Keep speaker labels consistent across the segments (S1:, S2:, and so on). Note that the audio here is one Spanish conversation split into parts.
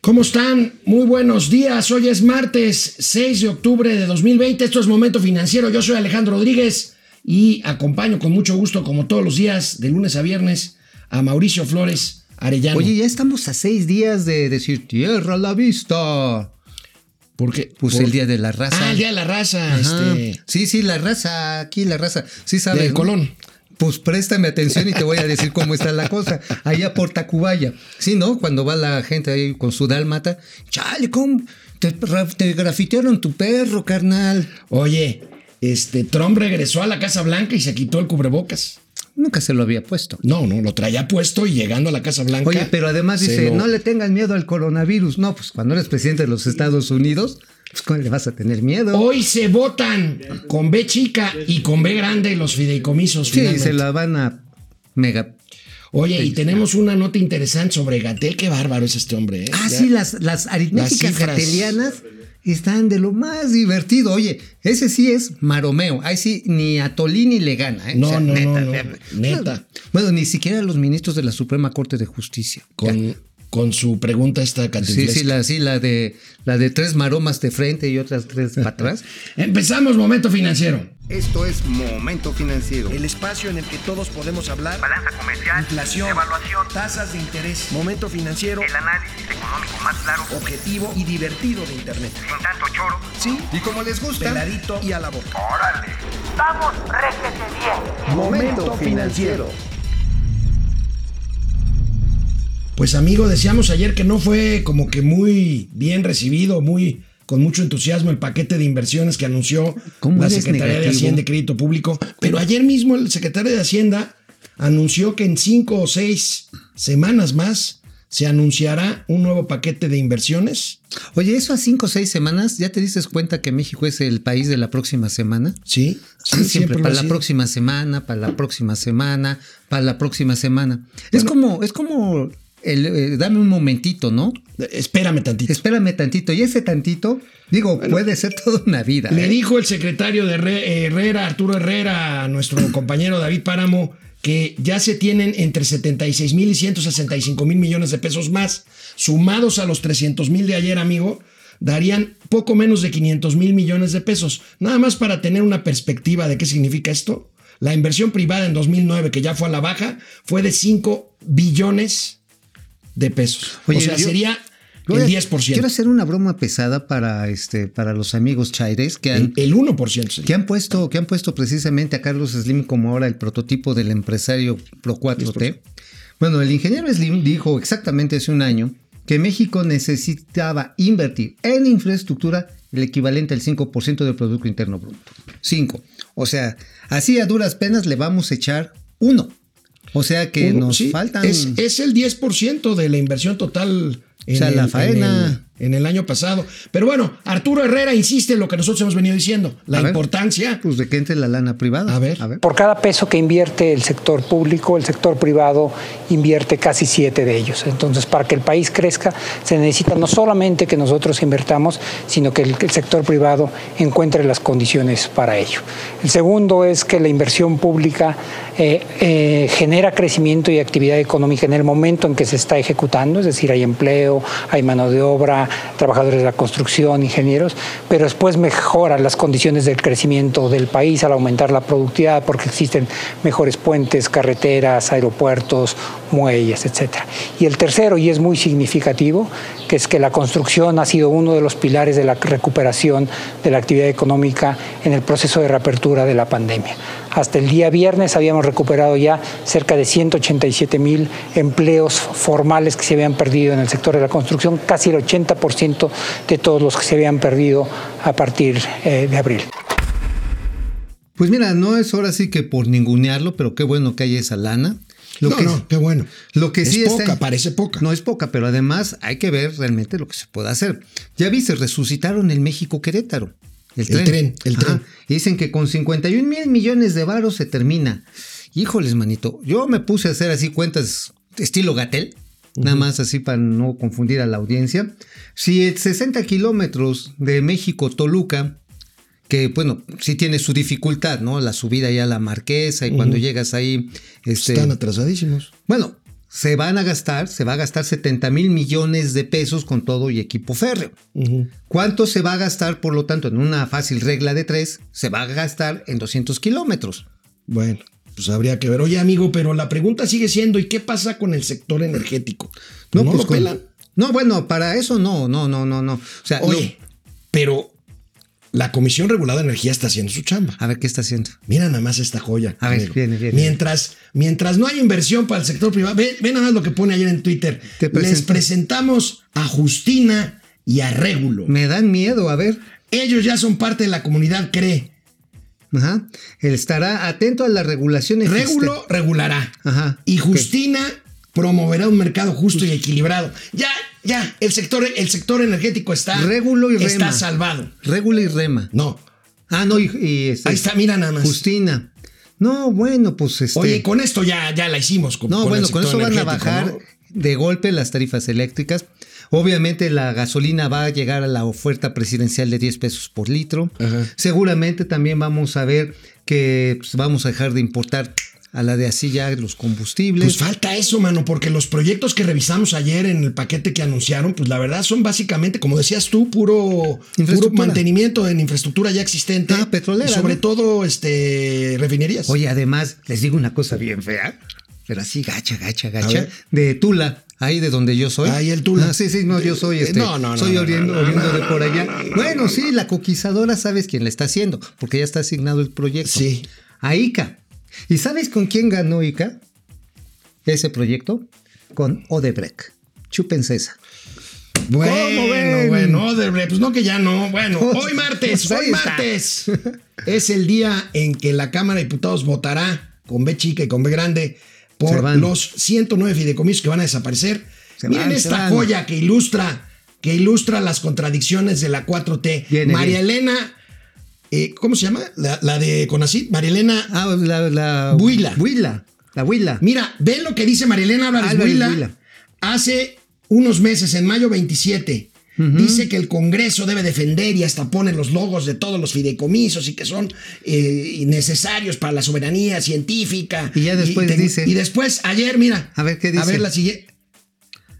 S1: ¿Cómo están? Muy buenos días. Hoy es martes 6 de octubre de 2020. Esto es Momento Financiero. Yo soy Alejandro Rodríguez y acompaño con mucho gusto, como todos los días, de lunes a viernes, a Mauricio Flores Arellano.
S2: Oye, ya estamos a seis días de decir tierra a la vista.
S1: porque
S2: Pues
S1: por-
S2: el día de la raza.
S1: Ah, el día de la raza,
S2: Ajá.
S1: este,
S2: Sí, sí, la raza, aquí la raza. Sí sabes.
S1: del
S2: ¿no?
S1: Colón.
S2: Pues préstame atención y te voy a decir cómo está la cosa. Allá por Tacubaya. Sí, ¿no? Cuando va la gente ahí con su dálmata. Chale, ¿cómo? Te, ra- te grafitearon tu perro, carnal.
S1: Oye, este Trump regresó a la Casa Blanca y se quitó el cubrebocas.
S2: Nunca se lo había puesto.
S1: No, no, lo traía puesto y llegando a la Casa Blanca.
S2: Oye, pero además
S1: se
S2: dice,
S1: lo-
S2: no le tengan miedo al coronavirus. No, pues cuando eres presidente de los Estados Unidos, pues ¿cómo le vas a tener miedo?
S1: Hoy se votan con B chica y con B grande los fideicomisos.
S2: Sí,
S1: finalmente.
S2: se la van a mega.
S1: Oye, y tenemos una nota interesante sobre Gatel. Qué bárbaro es este hombre. ¿eh?
S2: Ah,
S1: Ya-
S2: sí, las, las aritméticas
S1: cifras.
S2: gatelianas están de lo más divertido. Oye, ese sí es maromeo. Ahí sí, ni a Tolini le gana. ¿eh?
S1: No, no, no, no, neta.
S2: Bueno, ni siquiera los ministros de la Suprema Corte de Justicia.
S1: Con, con su pregunta esta
S2: Sí,
S1: cantinflesca.
S2: sí, la, sí, la de la de tres maromas de frente y otras tres para atrás.
S1: Empezamos Momento Financiero.
S3: Esto es Momento Financiero.
S4: El espacio en el que todos podemos hablar.
S5: balanza comercial,
S4: Inflación,
S5: evaluación,
S4: tasas de interés, momento financiero,
S5: el análisis económico más claro,
S4: Oh. objetivo y divertido de Internet.
S5: sin tanto choro.
S4: Sí,
S3: Y como les gusta,
S4: peladito y a la boca.
S5: ¡Órale! ¡Vamos, réjete bien!
S4: Momento financiero.
S1: Pues amigo, decíamos ayer que no fue como que muy bien recibido, muy con mucho entusiasmo el paquete de inversiones que anunció
S2: ¿Cómo
S1: la
S2: eres
S1: Secretaría de
S2: negativo?
S1: Hacienda y Crédito Público. Pero ayer mismo el secretario de Hacienda anunció que en cinco o seis semanas más se anunciará un nuevo paquete de inversiones.
S2: Oye, eso a cinco o seis semanas, ¿ya te dices cuenta que México es el país de la próxima semana?
S1: Sí, sí,
S2: Ah, siempre,
S1: lo ha
S2: para la
S1: sido.
S2: próxima semana, para la próxima semana, para la próxima semana. es como, es como el, eh, dame un momentito, ¿no?
S1: Espérame tantito.
S2: Espérame tantito. Y ese tantito, digo, puede ser toda una vida.
S1: Le
S2: ¿eh?
S1: dijo el secretario de Herre- Herrera, Arturo Herrera, a nuestro compañero David Páramo, que ya se tienen entre 76 mil y 165 mil millones de pesos más, sumados a los 300 mil de ayer, amigo, darían poco menos de 500 mil millones de pesos. Nada más para tener una perspectiva de qué significa esto. La inversión privada en 2009, que ya fue a la baja, fue de 5 billones de pesos.
S2: Oye,
S1: o sea,
S2: yo-
S1: sería
S2: Voy
S1: el
S2: a-
S1: 10%.
S2: Quiero hacer una broma pesada para, este, para los amigos chaires que han,
S1: el, el 1%. sería.
S2: que han puesto, que han puesto precisamente a Carlos Slim como ahora el prototipo del empresario Pro 4T. Bueno, el ingeniero Slim dijo exactamente hace un año que México necesitaba invertir en infraestructura el equivalente al 5% del Producto Interno Bruto. 5. O sea, así a duras penas le vamos a echar uno. O sea que
S1: Uno,
S2: nos
S1: sí,
S2: faltan...
S1: Es, es el 10% de la inversión total
S2: O sea, la
S1: el,
S2: faena.
S1: el- en el año pasado. Pero bueno, Arturo Herrera insiste en lo que nosotros hemos venido diciendo, la
S2: A ver.
S1: importancia.
S2: Pues de que entre la lana privada.
S1: A ver.
S6: Por cada peso que invierte el sector público, el sector privado invierte casi siete de ellos. Entonces, para que el país crezca, se necesita no solamente que nosotros invertamos, sino que el, que el sector privado encuentre las condiciones para ello. El segundo es que la inversión pública eh, eh, genera crecimiento y actividad económica en el momento en que se está ejecutando, es decir, hay empleo, hay mano de obra, trabajadores de la construcción, ingenieros, pero después mejora las condiciones del crecimiento del país al aumentar la productividad porque existen mejores puentes, carreteras, aeropuertos, muelles, etcétera. Y el tercero, y es muy significativo, que es que la construcción ha sido uno de los pilares de la recuperación de la actividad económica en el proceso de reapertura de la pandemia. Hasta el día viernes habíamos recuperado ya cerca de 187 mil empleos formales que se habían perdido en el sector de la construcción, casi el 80% de todos los que se habían perdido a partir eh, de abril.
S2: Pues mira, no es ahora sí que por ningunearlo, pero qué bueno que hay esa lana. Lo
S1: no,
S2: que-
S1: no, qué bueno.
S2: Lo que sí
S1: es
S2: está-
S1: poca, parece poca.
S2: No es poca, pero además hay que ver realmente lo que se puede hacer. Ya viste, resucitaron el México Querétaro. El
S1: El
S2: tren.
S1: tren, el tren.
S2: Y dicen que con 51 mil millones de varos se termina. Híjoles, manito. Yo me puse a hacer así cuentas estilo Gatel. Nada más así para no confundir a la audiencia. Si el 60 kilómetros de México, Toluca, que bueno, sí tiene su dificultad,
S1: Pues
S2: ¿no? La subida ya a la marquesa y cuando llegas ahí. Este,
S1: Están atrasadísimos.
S2: bueno, se van a gastar, se va a gastar 70 mil millones de pesos con todo y equipo férreo. ¿Cuánto se va a gastar, por lo tanto, en una fácil regla de tres? Se va a gastar en 200 kilómetros.
S1: Bueno, pues habría que ver. Oye, amigo, pero la pregunta sigue siendo: ¿y qué pasa con el sector energético? No,
S2: pues
S1: lo
S2: con-
S1: pelan.
S2: No, bueno, para eso no, no, no, no, no. O sea, no.
S1: Oye, pero la Comisión Regulada de Energía está haciendo su chamba.
S2: a ver qué está haciendo.
S1: Mira nada más esta joya.
S2: A ver,
S1: amigo.
S2: viene, viene.
S1: Mientras, mientras no hay inversión para el sector privado, ve, ve nada más lo que pone ayer en Twitter.
S2: Te
S1: Les
S2: presento.
S1: presentamos a Justina y a Régulo.
S2: Me dan miedo, a ver.
S1: Ellos ya son parte de la comunidad CRE.
S2: Ajá. Él estará atento a las regulaciones.
S1: Régulo regulará.
S2: Ajá,
S1: Y
S2: ok.
S1: Justina promoverá un mercado justo y equilibrado. Ya, ya, el sector, el sector energético está,
S2: Régulo y
S1: está
S2: Rema.
S1: salvado.
S2: Regula y rema.
S1: No.
S2: Ah, no, y, y, este,
S1: Ahí está, mira nada más.
S2: Justina. No, bueno, pues este.
S1: Oye, con esto ya, ya la hicimos. Con,
S2: no,
S1: el
S2: bueno, con
S1: sector
S2: eso van a
S1: energético,
S2: bajar
S1: ¿no?
S2: de golpe las tarifas eléctricas. Obviamente la gasolina va a llegar a la oferta presidencial de 10 pesos por litro.
S1: Ajá.
S2: Seguramente también vamos a ver que pues, vamos a dejar de importar a la de así ya los combustibles.
S1: Pues falta eso, mano, porque los proyectos que revisamos ayer en el paquete que anunciaron, pues la verdad son básicamente, como decías tú, puro, puro
S2: Infraestructura.
S1: mantenimiento en infraestructura ya existente.
S2: Ah, petrolera,
S1: Y sobre
S2: ¿no?
S1: todo, este, refinerías.
S2: Oye, además, les digo una cosa bien fea, pero así gacha, gacha, gacha,
S1: ver.
S2: de Tula. Ahí de donde yo soy.
S1: Ahí el Tula.
S2: Ah, sí, sí, no, yo soy
S1: Eh,
S2: este.
S1: no, no, no,
S2: Soy
S1: no,
S2: oriundo,
S1: no, no,
S2: oriundo
S1: no,
S2: de
S1: no,
S2: por
S1: no,
S2: allá.
S1: no, no,
S2: bueno, sí, la coquizadora sabes quién la está haciendo, porque ya está asignado el proyecto.
S1: Sí.
S2: A ICA. ¿Y sabes con quién ganó ICA ese proyecto? Con Odebrecht. Chúpense esa.
S1: bueno,
S2: ¿cómo ven?
S1: bueno, Odebrecht, pues no que ya no. Bueno, hoy martes,
S2: Pues ahí
S1: hoy
S2: está.
S1: martes es el día en que la Cámara de Diputados votará con B chica y con B grande
S2: Se
S1: por
S2: van.
S1: los 109 fideicomisos que van a desaparecer.
S2: Se
S1: Miren
S2: van, se
S1: esta
S2: van.
S1: joya que ilustra que ilustra las contradicciones de la 4T.
S2: Viene,
S1: María
S2: viene.
S1: Elena, eh, ¿cómo se llama? La, la de Conacit, María Elena
S2: Ah, la. la
S1: Huila.
S2: Huila. La Huila.
S1: Mira, ven lo que dice Marilena Álvarez,
S2: Álvarez
S1: Huila,
S2: Huila.
S1: hace unos meses, en mayo 27. Dice que el Congreso debe defender y hasta pone los logos de todos los fideicomisos y que son eh, necesarios para la soberanía científica.
S2: Y ya después
S1: tengo-
S2: dice-
S1: Y después, ayer, mira.
S2: A ver, ¿qué dice?
S1: A ver la siguiente.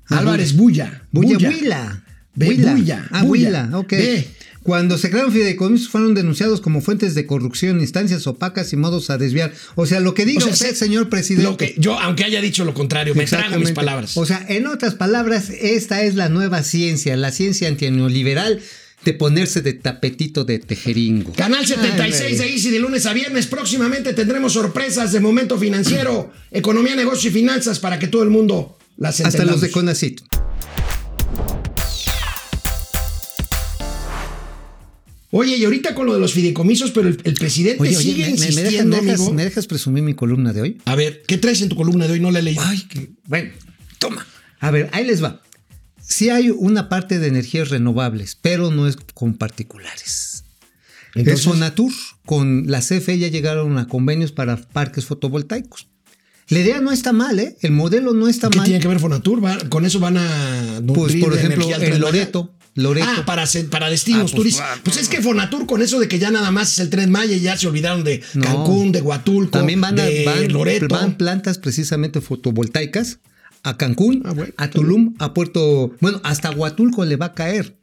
S2: Ah,
S1: Álvarez Bulla.
S2: Bulla, Huila.
S1: Ve,
S2: Huila.
S1: Bulla,
S2: Ah,
S1: Bulla.
S2: Huila, ok.
S1: Ve.
S2: Cuando se crearon fideicomisos fueron denunciados como fuentes de corrupción, instancias opacas y modos a desviar. O sea, lo que
S1: O
S2: diga
S1: sea,
S2: usted,
S1: se-
S2: señor presidente.
S1: Lo que yo, aunque haya dicho lo contrario, me trago mis
S2: Exactamente.
S1: palabras.
S2: O sea, en otras palabras, esta es la nueva ciencia, la ciencia antineoliberal de ponerse de tapetito de tejeringo.
S1: Canal 76 de Easy de lunes a viernes. Próximamente tendremos sorpresas de momento financiero, economía, negocio y finanzas para que todo el mundo las
S2: Hasta
S1: entendamos.
S2: los de Conacit.
S1: Oye, y ahorita con lo de los fideicomisos, pero el, el presidente sigue
S2: me- me- me, dejas,
S1: insistiendo,
S2: me dejas-
S1: amigo.
S2: me dejas presumir mi columna de hoy?
S1: A ver, ¿qué traes en tu columna de hoy? No la he leído.
S2: Ay, que, bueno, toma. A ver, ahí les va. Sí hay una parte de energías renovables, pero no es con particulares.
S1: Entonces,
S2: es Fonatur. Con la CFE ya llegaron a convenios para parques fotovoltaicos. La idea no está mal, ¿eh? El modelo no está
S1: ¿qué
S2: mal.
S1: tiene que ver Fonatur? ¿Va- ¿Con eso van a
S2: Pues,
S1: nutrir
S2: por
S1: de
S2: ejemplo,
S1: energía al
S2: en
S1: Tren Maya?
S2: Loreto. Loreto.
S1: Ah, para, se- para destinos
S2: Ah, pues,
S1: turísticos.
S2: ah,
S1: Pues es que Fonatur con eso de que ya nada más es el Tren Maya y ya se olvidaron de
S2: No.
S1: Cancún, de Huatulco,
S2: También van, a-
S1: de
S2: van-
S1: Loreto.
S2: van plantas precisamente fotovoltaicas a Cancún,
S1: Ah, bueno,
S2: a Tulum, a Puerto, bueno, hasta Huatulco le va a caer.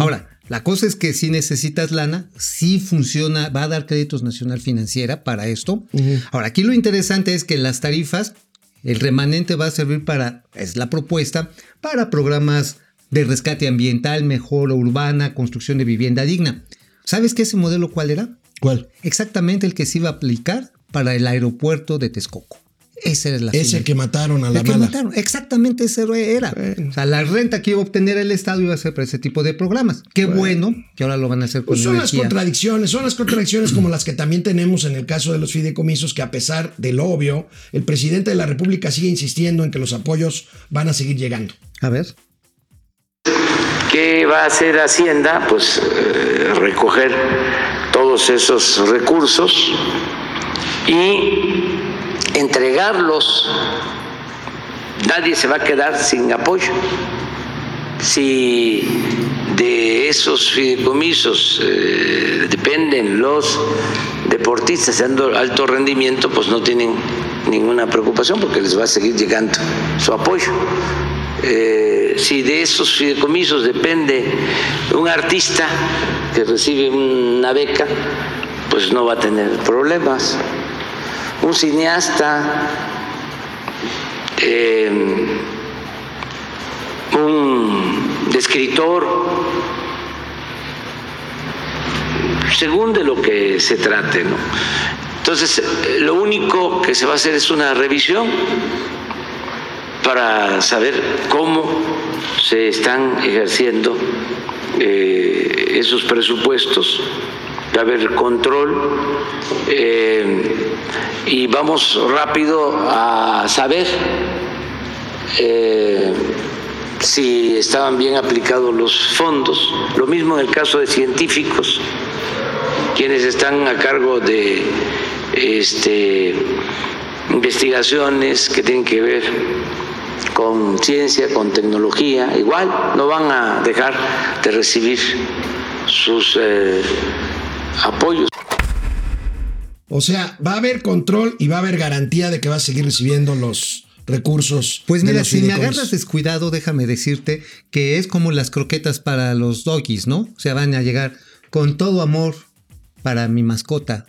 S2: Ahora, la cosa es que si necesitas lana, sí funciona, va a dar créditos nacional financiera para esto. Ahora, aquí lo interesante es que las tarifas, el remanente va a servir para, es la propuesta, para programas de rescate ambiental, mejora urbana, construcción de vivienda digna. ¿Sabes qué ese modelo cuál era?
S1: ¿Cuál?
S2: Exactamente el que se iba a aplicar para el aeropuerto de Texcoco. Esa era la
S1: Ese
S2: final.
S1: que mataron a la
S2: El que
S1: mala.
S2: mataron. Exactamente ese era. O sea, la renta que iba a obtener el Estado iba a ser para ese tipo de programas. Qué bueno, que ahora lo van a hacer con
S1: Pues son las
S2: energía.
S1: contradicciones, son las contradicciones como las que también tenemos en el caso de los fideicomisos, que a pesar del obvio, el presidente de la República sigue insistiendo en que los apoyos van a seguir llegando.
S2: A ver.
S7: ¿Qué va a hacer Hacienda? Pues eh, recoger todos esos recursos y entregarlos. Nadie se va a quedar sin apoyo. Si de esos fideicomisos eh, dependen los deportistas de alto- alto rendimiento, pues no tienen ninguna preocupación porque les va a seguir llegando su apoyo. Eh, si de esos fideicomisos depende un artista que recibe una beca, pues no va a tener problemas. Un cineasta, eh, un escritor, según de lo que se trate. ¿no? Entonces, lo único que se va a hacer es una revisión para saber cómo se están ejerciendo eh, esos presupuestos, va a haber control eh, y vamos rápido a saber eh, si estaban bien aplicados los fondos. Lo mismo en el caso de científicos, quienes están a cargo de este, investigaciones que tienen que ver con ciencia, con tecnología, igual no van a dejar de recibir sus eh, apoyos.
S1: O sea, va a haber control y va a haber garantía de que va a seguir recibiendo los recursos.
S2: Pues
S1: de
S2: mira,
S1: los
S2: si me
S1: fideicomisos.
S2: agarras descuidado, déjame decirte que es como las croquetas para los doggies, ¿no? O sea, van a llegar con todo amor para mi mascota.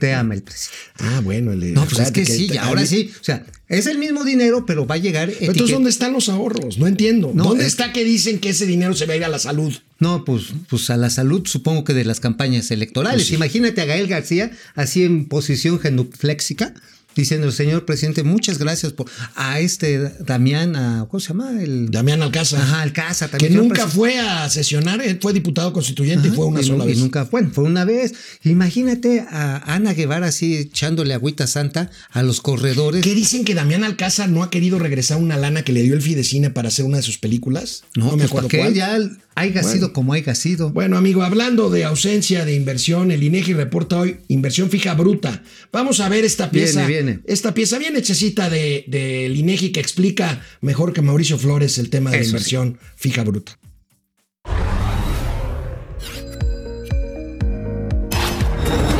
S2: Te ama el presidente.
S1: Ah, bueno, el,
S2: No, pues es
S1: acuérdate
S2: que sí,
S1: te-
S2: ahora
S1: ahí-
S2: sí. O sea, es el mismo dinero, pero va a llegar.
S1: Pero Entonces,
S2: etiquet-
S1: ¿dónde están los ahorros? No entiendo.
S2: No,
S1: ¿Dónde
S2: es-
S1: está que dicen que ese dinero se va a ir a la salud?
S2: No, pues, pues a la salud, supongo que de las campañas
S1: Pues
S2: electorales. Imagínate a Gael García así en posición genuflexica, diciendo, señor presidente, muchas gracias por a este Damián, a- ¿cómo se llama? El,
S1: Damián Alcázar.
S2: Ajá, Alcázar
S1: que
S2: también. señor
S1: nunca
S2: presidente.
S1: fue a sesionar, él fue diputado constituyente y
S2: Ajá,
S1: fue una
S2: y
S1: sola
S2: nu-
S1: vez.
S2: Y nunca fue, fue una vez. Imagínate a Ana Guevara así echándole agüita santa a los corredores.
S1: ¿Qué dicen que Damián Alcázar no ha querido regresar una lana que le dio el Fidecine para hacer una de sus películas?
S2: No,
S1: me
S2: pues,
S1: acuerdo
S2: ¿para qué?
S1: cuál.
S2: Ya haya sido como haya sido.
S1: Bueno, amigo, hablando de ausencia de inversión, el INEGI reporta hoy inversión fija bruta. Vamos a ver esta
S2: Viene,
S1: pieza.
S2: viene.
S1: Esta pieza bien hechecita del de, del INEGI que explica mejor que Mauricio Flores el tema de la
S2: Eso sí.
S1: inversión fija bruta.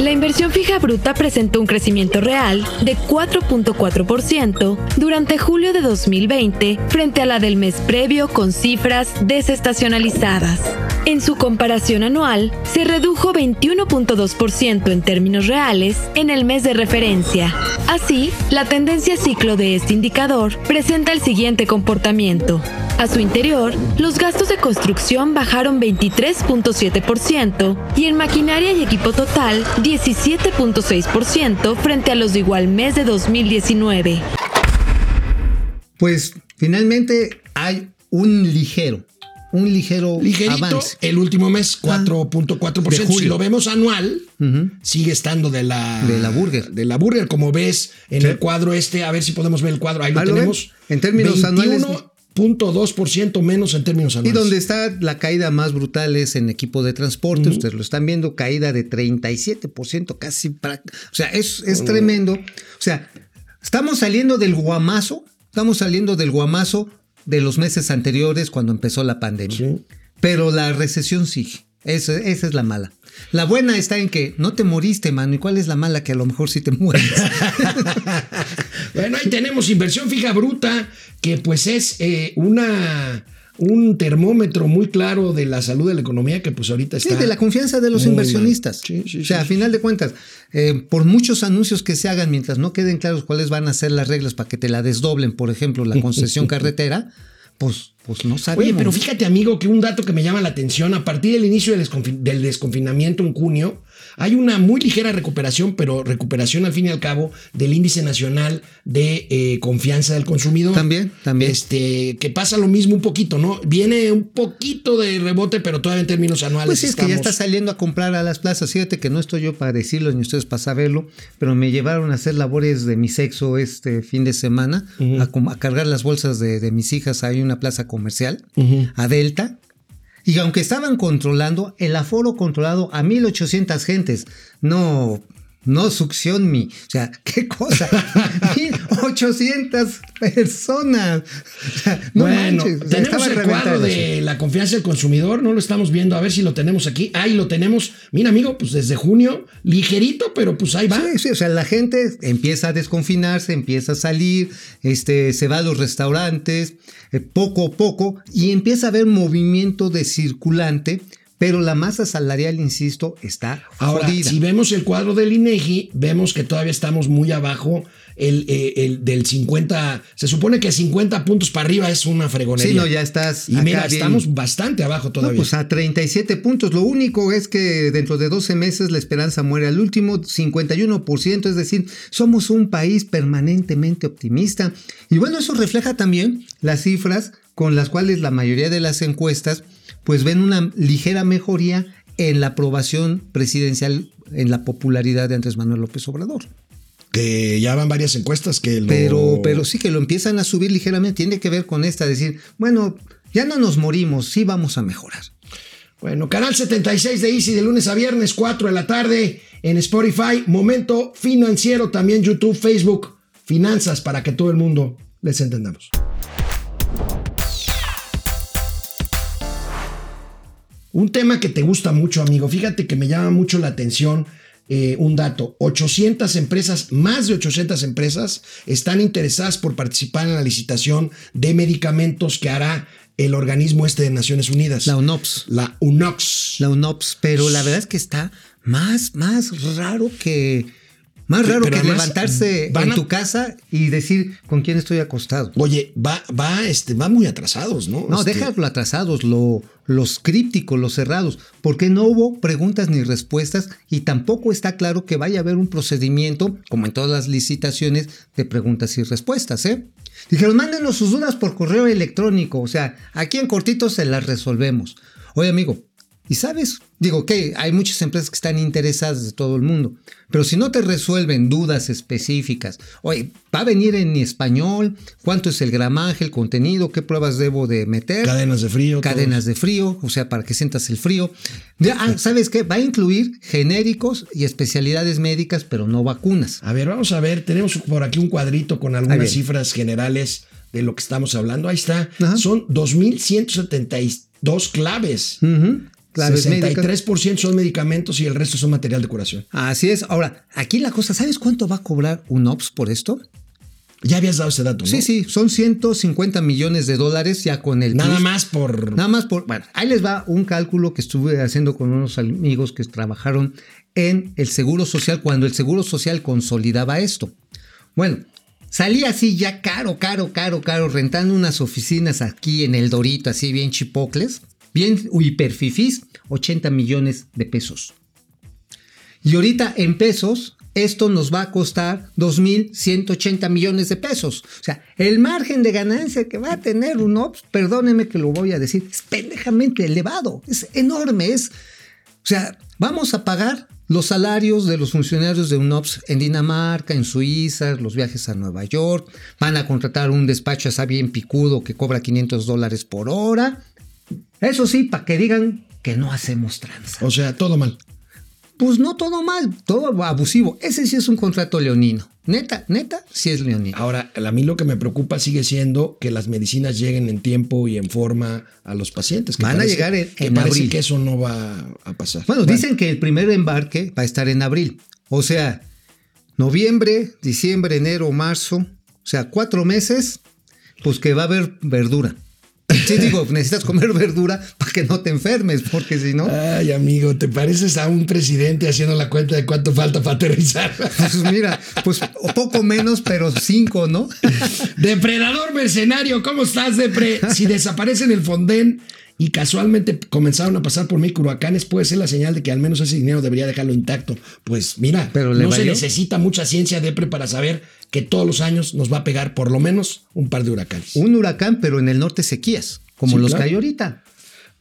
S8: La inversión fija bruta presentó un crecimiento real de 4.4% durante julio de 2020 frente a la del mes previo con cifras desestacionalizadas. En su comparación anual, se redujo 21.2% en términos reales en el mes de referencia. Así, la tendencia ciclo de este indicador presenta el siguiente comportamiento. A su interior, los gastos de construcción bajaron 23.7% y en maquinaria y equipo total 17.6% frente a los de igual mes de 2019.
S2: Pues finalmente hay un ligero, un ligero
S1: Ligerito,
S2: avance. Ah.
S1: el último mes
S2: De
S1: 4.4%.
S2: julio.
S1: Si lo vemos anual,
S2: Ujú.
S1: sigue estando de la,
S2: De la burger.
S1: De la burger, como ves en
S2: Sí.
S1: el cuadro este. A ver si podemos ver el cuadro. Ahí lo
S2: Ahí lo
S1: tenemos.
S2: ven. En términos anuales-
S1: 21.2% menos en términos
S2: Y
S1: anuales.
S2: donde está la caída más brutal es en equipo de transporte, ustedes lo están viendo, caída de 37%, casi práct- O sea, es, es tremendo. O sea, estamos saliendo del guamazo, estamos saliendo del guamazo de los meses anteriores cuando empezó la pandemia.
S1: Sí.
S2: Pero la recesión sigue. Esa, esa es la mala. La buena está en que no te moriste, mano. ¿Y cuál es la mala? Que a lo mejor sí te mueres.
S1: Bueno, ahí tenemos inversión fija bruta, que pues es eh, una un termómetro muy claro de la salud de la economía que pues ahorita está.
S2: Sí, de la confianza de los
S1: muy mal.
S2: inversionistas.
S1: Sí, sí,
S2: o sea,
S1: sí,
S2: a final de cuentas, eh, por muchos anuncios que se hagan, mientras no queden claros cuáles van a ser las reglas para que te la desdoblen, por ejemplo, la concesión carretera, pues, pues no sabemos.
S1: Oye, pero fíjate, amigo, que un dato que me llama la atención, a partir del inicio del, desconfi- del desconfinamiento en junio, hay una muy ligera recuperación, pero recuperación al fin y al cabo del índice nacional de eh, confianza del consumidor.
S2: También, también.
S1: Este, que pasa lo mismo un poquito, ¿no? Viene un poquito de rebote, pero todavía en términos anuales.
S2: Pues sí, es que ya
S1: estamos-
S2: está saliendo a comprar a las plazas. Fíjate que no estoy yo para decirlo ni ustedes para saberlo, pero me llevaron a hacer labores de mi sexo este fin de semana, a com- a, cargar las bolsas de, de mis hijas. Hay una plaza comercial, a Delta. Y aunque estaban controlando, el aforo controlado a 1800 gentes. No, No succión mi. O sea, qué cosa. 1800 personas. O sea, no
S1: bueno,
S2: manches. o sea,
S1: tenemos
S2: estaba
S1: el
S2: reventada
S1: cuadro
S2: la
S1: de la confianza del consumidor, no lo estamos viendo, a ver si lo tenemos aquí. Ahí lo tenemos. Mira, amigo, pues desde junio, ligerito, pero pues ahí va.
S2: Sí, sí, o sea, la gente empieza a desconfinarse, empieza a salir, este, se va a los restaurantes, eh, poco a poco, y empieza a haber movimiento de circulante, pero la masa salarial, insisto, está
S1: Ahora,
S2: jodida.
S1: si vemos el cuadro del INEGI, vemos que todavía estamos muy abajo el, eh, el del 50. Se supone que 50 puntos para arriba es una fregonería.
S2: Sí, no, ya estás
S1: Y
S2: acá
S1: mira,
S2: bien.
S1: estamos bastante abajo
S2: No,
S1: todavía.
S2: pues a 37 puntos. Lo único es que dentro de 12 meses la esperanza muere al último, 51%. Es decir, somos un país permanentemente optimista. Y bueno, eso refleja también las cifras con las cuales la mayoría de las encuestas pues ven una ligera mejoría en la aprobación presidencial, en la popularidad de Andrés Manuel López Obrador.
S1: que ya van varias encuestas que lo.
S2: Pero, pero sí que lo empiezan a subir ligeramente. Tiene que ver con esta, decir, bueno, ya no nos morimos, sí vamos a mejorar.
S1: Bueno, canal 76 de Easy de lunes a viernes, 4 de la tarde en Spotify. Momento financiero también, YouTube, Facebook. Finanzas para que todo el mundo les entendamos. Un tema que te gusta mucho, amigo. Fíjate que me llama mucho la atención eh, un dato. 800 empresas, más de 800 empresas, están interesadas por participar en la licitación de medicamentos que hará el organismo este de Naciones Unidas.
S2: La UNOPS.
S1: La UNOX.
S2: la UNOPS, pero la verdad es que está más, más raro que. Más
S1: Sí,
S2: raro
S1: pero
S2: que
S1: además
S2: levantarse
S1: van
S2: en
S1: a-
S2: tu casa y decir con quién estoy acostado.
S1: Oye, va, va, este, va muy atrasados, ¿no?
S2: No,
S1: Este,
S2: déjalo atrasados, lo, los crípticos, los cerrados, porque no hubo preguntas ni respuestas y tampoco está claro que vaya a haber un procedimiento, como en todas las licitaciones, de preguntas y respuestas, ¿eh? Dijeron, mándenos sus dudas por correo electrónico, o sea, aquí en cortito se las resolvemos. Oye, amigo, ¿y sabes? Digo que hay muchas empresas que están interesadas de todo el mundo, pero si no te resuelven dudas específicas, oye, ¿va a venir en español? ¿Cuánto es el gramaje, el contenido? ¿Qué pruebas debo de meter?
S1: Cadenas de frío. todo
S2: cadenas de frío, o sea, para que sientas el frío. Ya, ah, ¿Sabes qué? Va a incluir genéricos y especialidades médicas, pero no vacunas.
S1: eso. A ver, vamos a ver, tenemos por aquí un cuadrito con algunas
S2: Ahí viene.
S1: cifras generales de lo que estamos hablando. Ahí está.
S2: Ajá.
S1: Son 2.172 claves.
S2: Ujú, Mm, claves médicas.
S1: 63% son medicamentos y el resto son material de curación.
S2: Así es. Ahora, aquí la cosa, ¿sabes cuánto va a cobrar un OPS por esto?
S1: Ya habías dado ese dato, ¿no?
S2: Sí, sí, son 150 millones de dólares ya con el...
S1: Nada
S2: plus.
S1: más por...
S2: Nada más por... Bueno, ahí les va un cálculo que estuve haciendo con unos amigos que trabajaron en el Seguro Social cuando el Seguro Social consolidaba esto. Bueno, salía así ya caro, caro, caro, caro, rentando unas oficinas aquí en el Dorito, así bien chipocles, bien hiperfifís, 80 millones de pesos. Y ahorita en pesos, esto nos va a costar 2.180 millones de pesos. O sea, el margen de ganancia que va a tener un OPS, perdónenme que lo voy a decir, es pendejamente elevado, es enorme, es... O sea, vamos a pagar los salarios de los funcionarios de UNOPS en Dinamarca, en Suiza, los viajes a Nueva York, van a contratar un despacho a bien picudo que cobra 500 dólares por hora. Eso sí, para que digan que no hacemos tranza.
S1: O sea, todo mal.
S2: Pues no todo mal, todo abusivo. Ese sí es un contrato leonino. Neta, neta, sí es leonino.
S1: Ahora, a mí lo que me preocupa sigue siendo que las medicinas lleguen en tiempo y en forma a los pacientes. Que
S2: Van a llegar en-
S1: que
S2: en
S1: parece
S2: abril.
S1: que eso no va a pasar.
S2: Bueno, dicen que el primer embarque va a estar en abril. O sea, noviembre, diciembre, enero, marzo. O sea, cuatro meses, pues que va a haber verdura. Sí, digo, necesitas comer verdura para que no te enfermes, porque si no,
S1: Ay, amigo, ¿te pareces a un presidente haciendo la cuenta de cuánto falta para aterrizar?
S2: pues mira, pues o poco menos, pero cinco, ¿no?
S1: Depredador mercenario, ¿cómo estás, Depre? Si desaparecen el Fonden y casualmente comenzaron a pasar por mí huracanes, puede ser la señal de que al menos ese dinero debería dejarlo intacto. Pues mira,
S2: Pero le
S1: no se
S2: valió.
S1: necesita mucha ciencia, Depre, para saber que todos los años nos va a pegar por lo menos un par de huracanes.
S2: Un huracán, pero en el norte sequías, como
S1: Sí,
S2: los
S1: claro.
S2: que hay ahorita.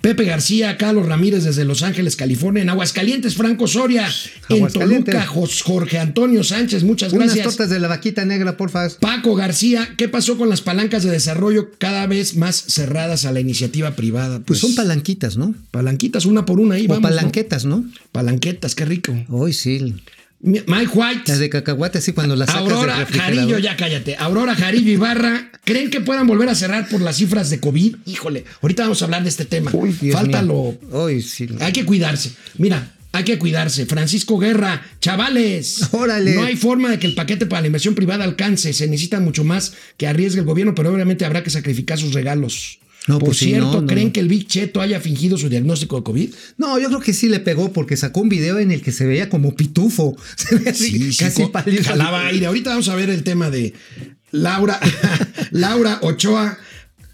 S1: Pepe García, Carlos Ramírez desde Los Ángeles, California, en Aguascalientes, Franco Soria, en
S2: Aguascalientes.
S1: Toluca, Jos- Jorge Antonio Sánchez, muchas
S2: Unas
S1: Pues gracias.
S2: tortas de la vaquita negra, por favor.
S1: Paco García, ¿qué pasó con las palancas de desarrollo cada vez más cerradas a la iniciativa privada?
S2: Pues son palanquitas, ¿no?
S1: palanquitas, una por una ahí,
S2: O
S1: vamos. ¿no?
S2: palanquetas, ¿no?
S1: Palanquetas, qué rico.
S2: Hoy sí.
S1: Mi- Mike White.
S2: Las de cacahuate, sí, cuando las sacas
S1: Aurora
S2: del refrigerador.
S1: Jarillo, ya cállate. Aurora Jarillo y Barra, ¿creen que puedan volver a cerrar por las cifras de COVID? Híjole, ahorita vamos a hablar de este tema.
S2: Uy, Dios
S1: Fáltalo.
S2: mío. Uy, sí.
S1: Hay que cuidarse. Mira, hay que cuidarse. Francisco Guerra, chavales.
S2: Órale.
S1: No hay forma de que el paquete para la inversión privada alcance. Se necesita mucho más que arriesgue el gobierno, pero obviamente habrá que sacrificar sus regalos.
S2: No,
S1: Por
S2: pues sí,
S1: cierto,
S2: no, no,
S1: ¿creen
S2: no.
S1: que el Big Cheto haya fingido su diagnóstico de COVID?
S2: No, yo creo que sí le pegó porque sacó un video en el que se veía como pitufo. Se veía así, casi
S1: co-
S2: pálido.
S1: jalaba aire. Ahorita vamos a ver el tema de Laura, Laura Ochoa.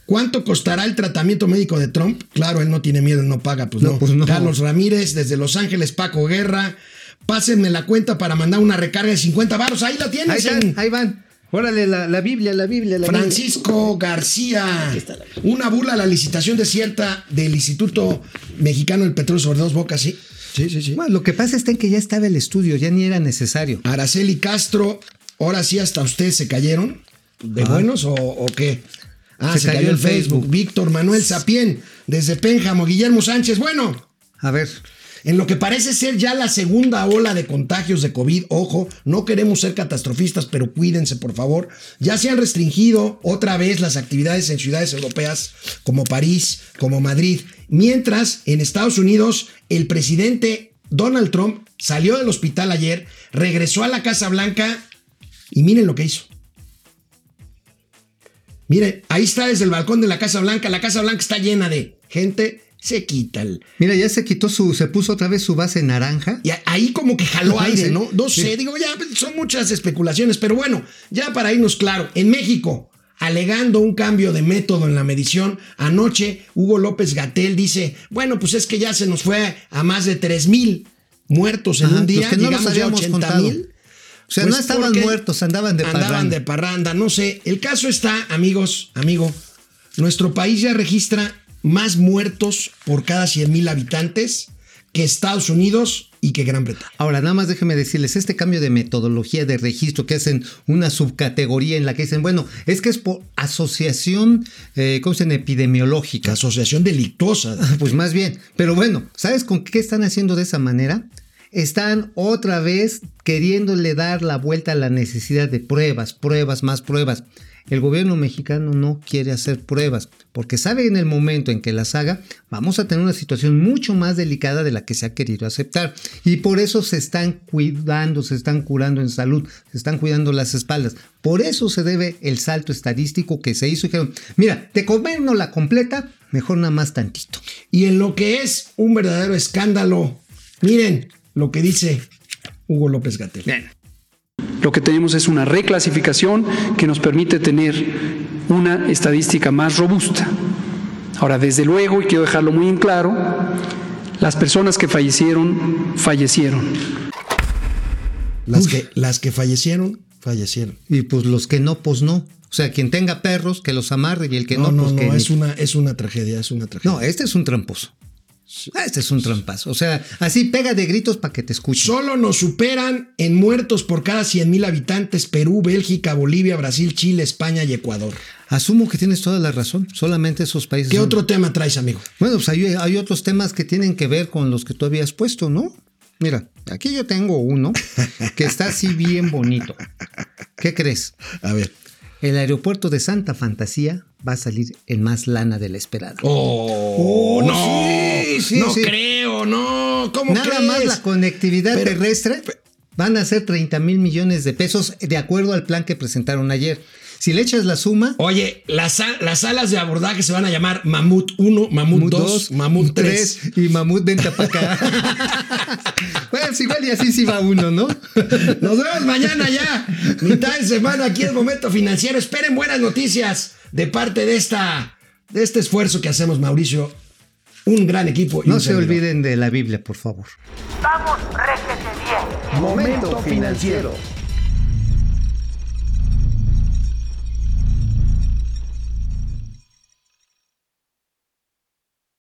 S1: ¿Cuánto costará el tratamiento médico de Trump? Claro, él no tiene miedo, él no paga, pues no.
S2: No, pues no.
S1: Carlos Ramírez, desde Los Ángeles, Paco Guerra. Pásenme la cuenta para mandar una recarga de 50 baros. Ahí la
S2: Ahí
S1: tienes.
S2: están,
S1: en-
S2: ahí van. Órale, la, la Biblia, la Biblia, la Biblia.
S1: Francisco García. Una burla a la licitación desierta del Instituto Mexicano del Petróleo sobre dos bocas, ¿sí? Sí, sí, sí.
S2: Bueno, lo que pasa está en que ya estaba el estudio, ya ni era necesario.
S1: Araceli Castro, ahora sí hasta ustedes se cayeron. ¿De buenos o, o qué? Ah, se, cayó, el Facebook. Víctor Manuel Sapien, desde Pénjamo, Guillermo Sánchez. Bueno,
S2: A ver,
S1: en lo que parece ser ya la segunda ola de contagios de COVID, ojo, no queremos ser catastrofistas, pero cuídense por favor. Ya se han restringido otra vez las actividades en ciudades europeas como París, como Madrid. Mientras en Estados Unidos el presidente Donald Trump salió del hospital ayer, regresó a la Casa Blanca y miren lo que hizo. Miren, ahí está desde el balcón de la Casa Blanca. La Casa Blanca está llena de gente. Se quita el,
S2: mira, ya se quitó su, se puso otra vez su base naranja.
S1: y a- ahí como que jaló
S2: Ajá,
S1: aire,
S2: sí,
S1: ¿no? No
S2: sí.
S1: sé, digo, ya pues, son muchas especulaciones, pero bueno, ya para irnos claro, en México, alegando un cambio de método en la medición, anoche Hugo López Gatel dice, bueno, pues es que ya se nos fue a más de 3 mil muertos en
S2: Ajá,
S1: un día,
S2: los que no los
S1: llegamos ya a
S2: habíamos
S1: 80
S2: contado.
S1: mil.
S2: O sea,
S1: Pues
S2: no estaban
S1: porque
S2: muertos, andaban de
S1: Andaban
S2: parranda.
S1: de parranda, no sé. El caso está, amigos, amigo, nuestro país ya registra más muertos por cada 100 mil habitantes que Estados Unidos y que Gran Bretaña.
S2: Ahora, nada más déjeme decirles, este cambio de metodología de registro que hacen una subcategoría en la que dicen, bueno, es que es por asociación, eh, ¿cómo se llama?
S1: La
S2: Epidemiológica.
S1: asociación delictuosa.
S2: Pues más bien, pero bueno, ¿sabes con qué están haciendo de esa manera? Están otra vez queriéndole dar la vuelta a la necesidad de pruebas, pruebas, más pruebas. El gobierno mexicano no quiere hacer pruebas porque sabe en el momento en que las haga vamos a tener una situación mucho más delicada de la que se ha querido aceptar. Y por eso se están cuidando, se están curando en salud, se están cuidando las espaldas. Por eso se debe el salto estadístico que se hizo. Dijeron, mira, te no la completa, mejor nada más tantito.
S1: Y en lo que es un verdadero escándalo, miren lo que dice Hugo López Gatel.
S2: Eh.
S9: Lo que tenemos es una reclasificación que nos permite tener una estadística más robusta. Ahora, desde luego, y quiero dejarlo muy en claro, las personas que fallecieron, fallecieron.
S1: Las que, las que fallecieron, fallecieron.
S2: Y pues los que no, pues no. O sea, quien tenga perros, que los amarre y el que
S1: No,
S2: no,
S1: no,
S2: pues
S1: no,
S2: que ni-
S1: es, una, es una tragedia, es una tragedia.
S2: No, este es un tramposo. Ah, Este es un trampazo. O sea, así pega de gritos para que te escuchen.
S1: Solo nos superan en muertos por cada 100 mil habitantes Perú, Bélgica, Bolivia, Brasil, Chile, España y Ecuador.
S2: Asumo que tienes toda la razón. Solamente esos países.
S1: ¿Qué
S2: son-
S1: otro tema traes, amigo?
S2: Bueno, pues hay, hay otros temas que tienen que ver con los que tú habías puesto, ¿no? Mira, aquí yo tengo uno que está así bien bonito. ¿Qué crees?
S1: A ver.
S2: El aeropuerto de Santa Fantasía va a salir en más lana de la esperada.
S1: Oh,
S2: Oh,
S1: no,
S2: sí, sí,
S1: no
S2: sí.
S1: creo, no. ¿Cómo
S2: Nada
S1: crees?
S2: más la conectividad
S1: Pero-
S2: terrestre van a ser 30 mil millones de pesos de acuerdo al plan que presentaron ayer. Si le echas la suma,
S1: Oye, las, a- las alas de abordaje se van a llamar Mamut 1, Mamut
S2: Mamut
S1: 2,
S2: dos,
S1: Mamut 3.
S2: tres y Mamut vente para acá. bueno, es igual y así sí va uno, ¿no?
S1: Nos vemos mañana ya. Mitad de semana aquí en Momento Financiero. Esperen buenas noticias de parte de esta de este esfuerzo que hacemos Mauricio. Un gran equipo. y
S2: No
S1: un
S2: se
S1: servidor.
S2: olviden de la Biblia, por favor.
S5: Vamos, réjete bien.
S4: Momento financiero.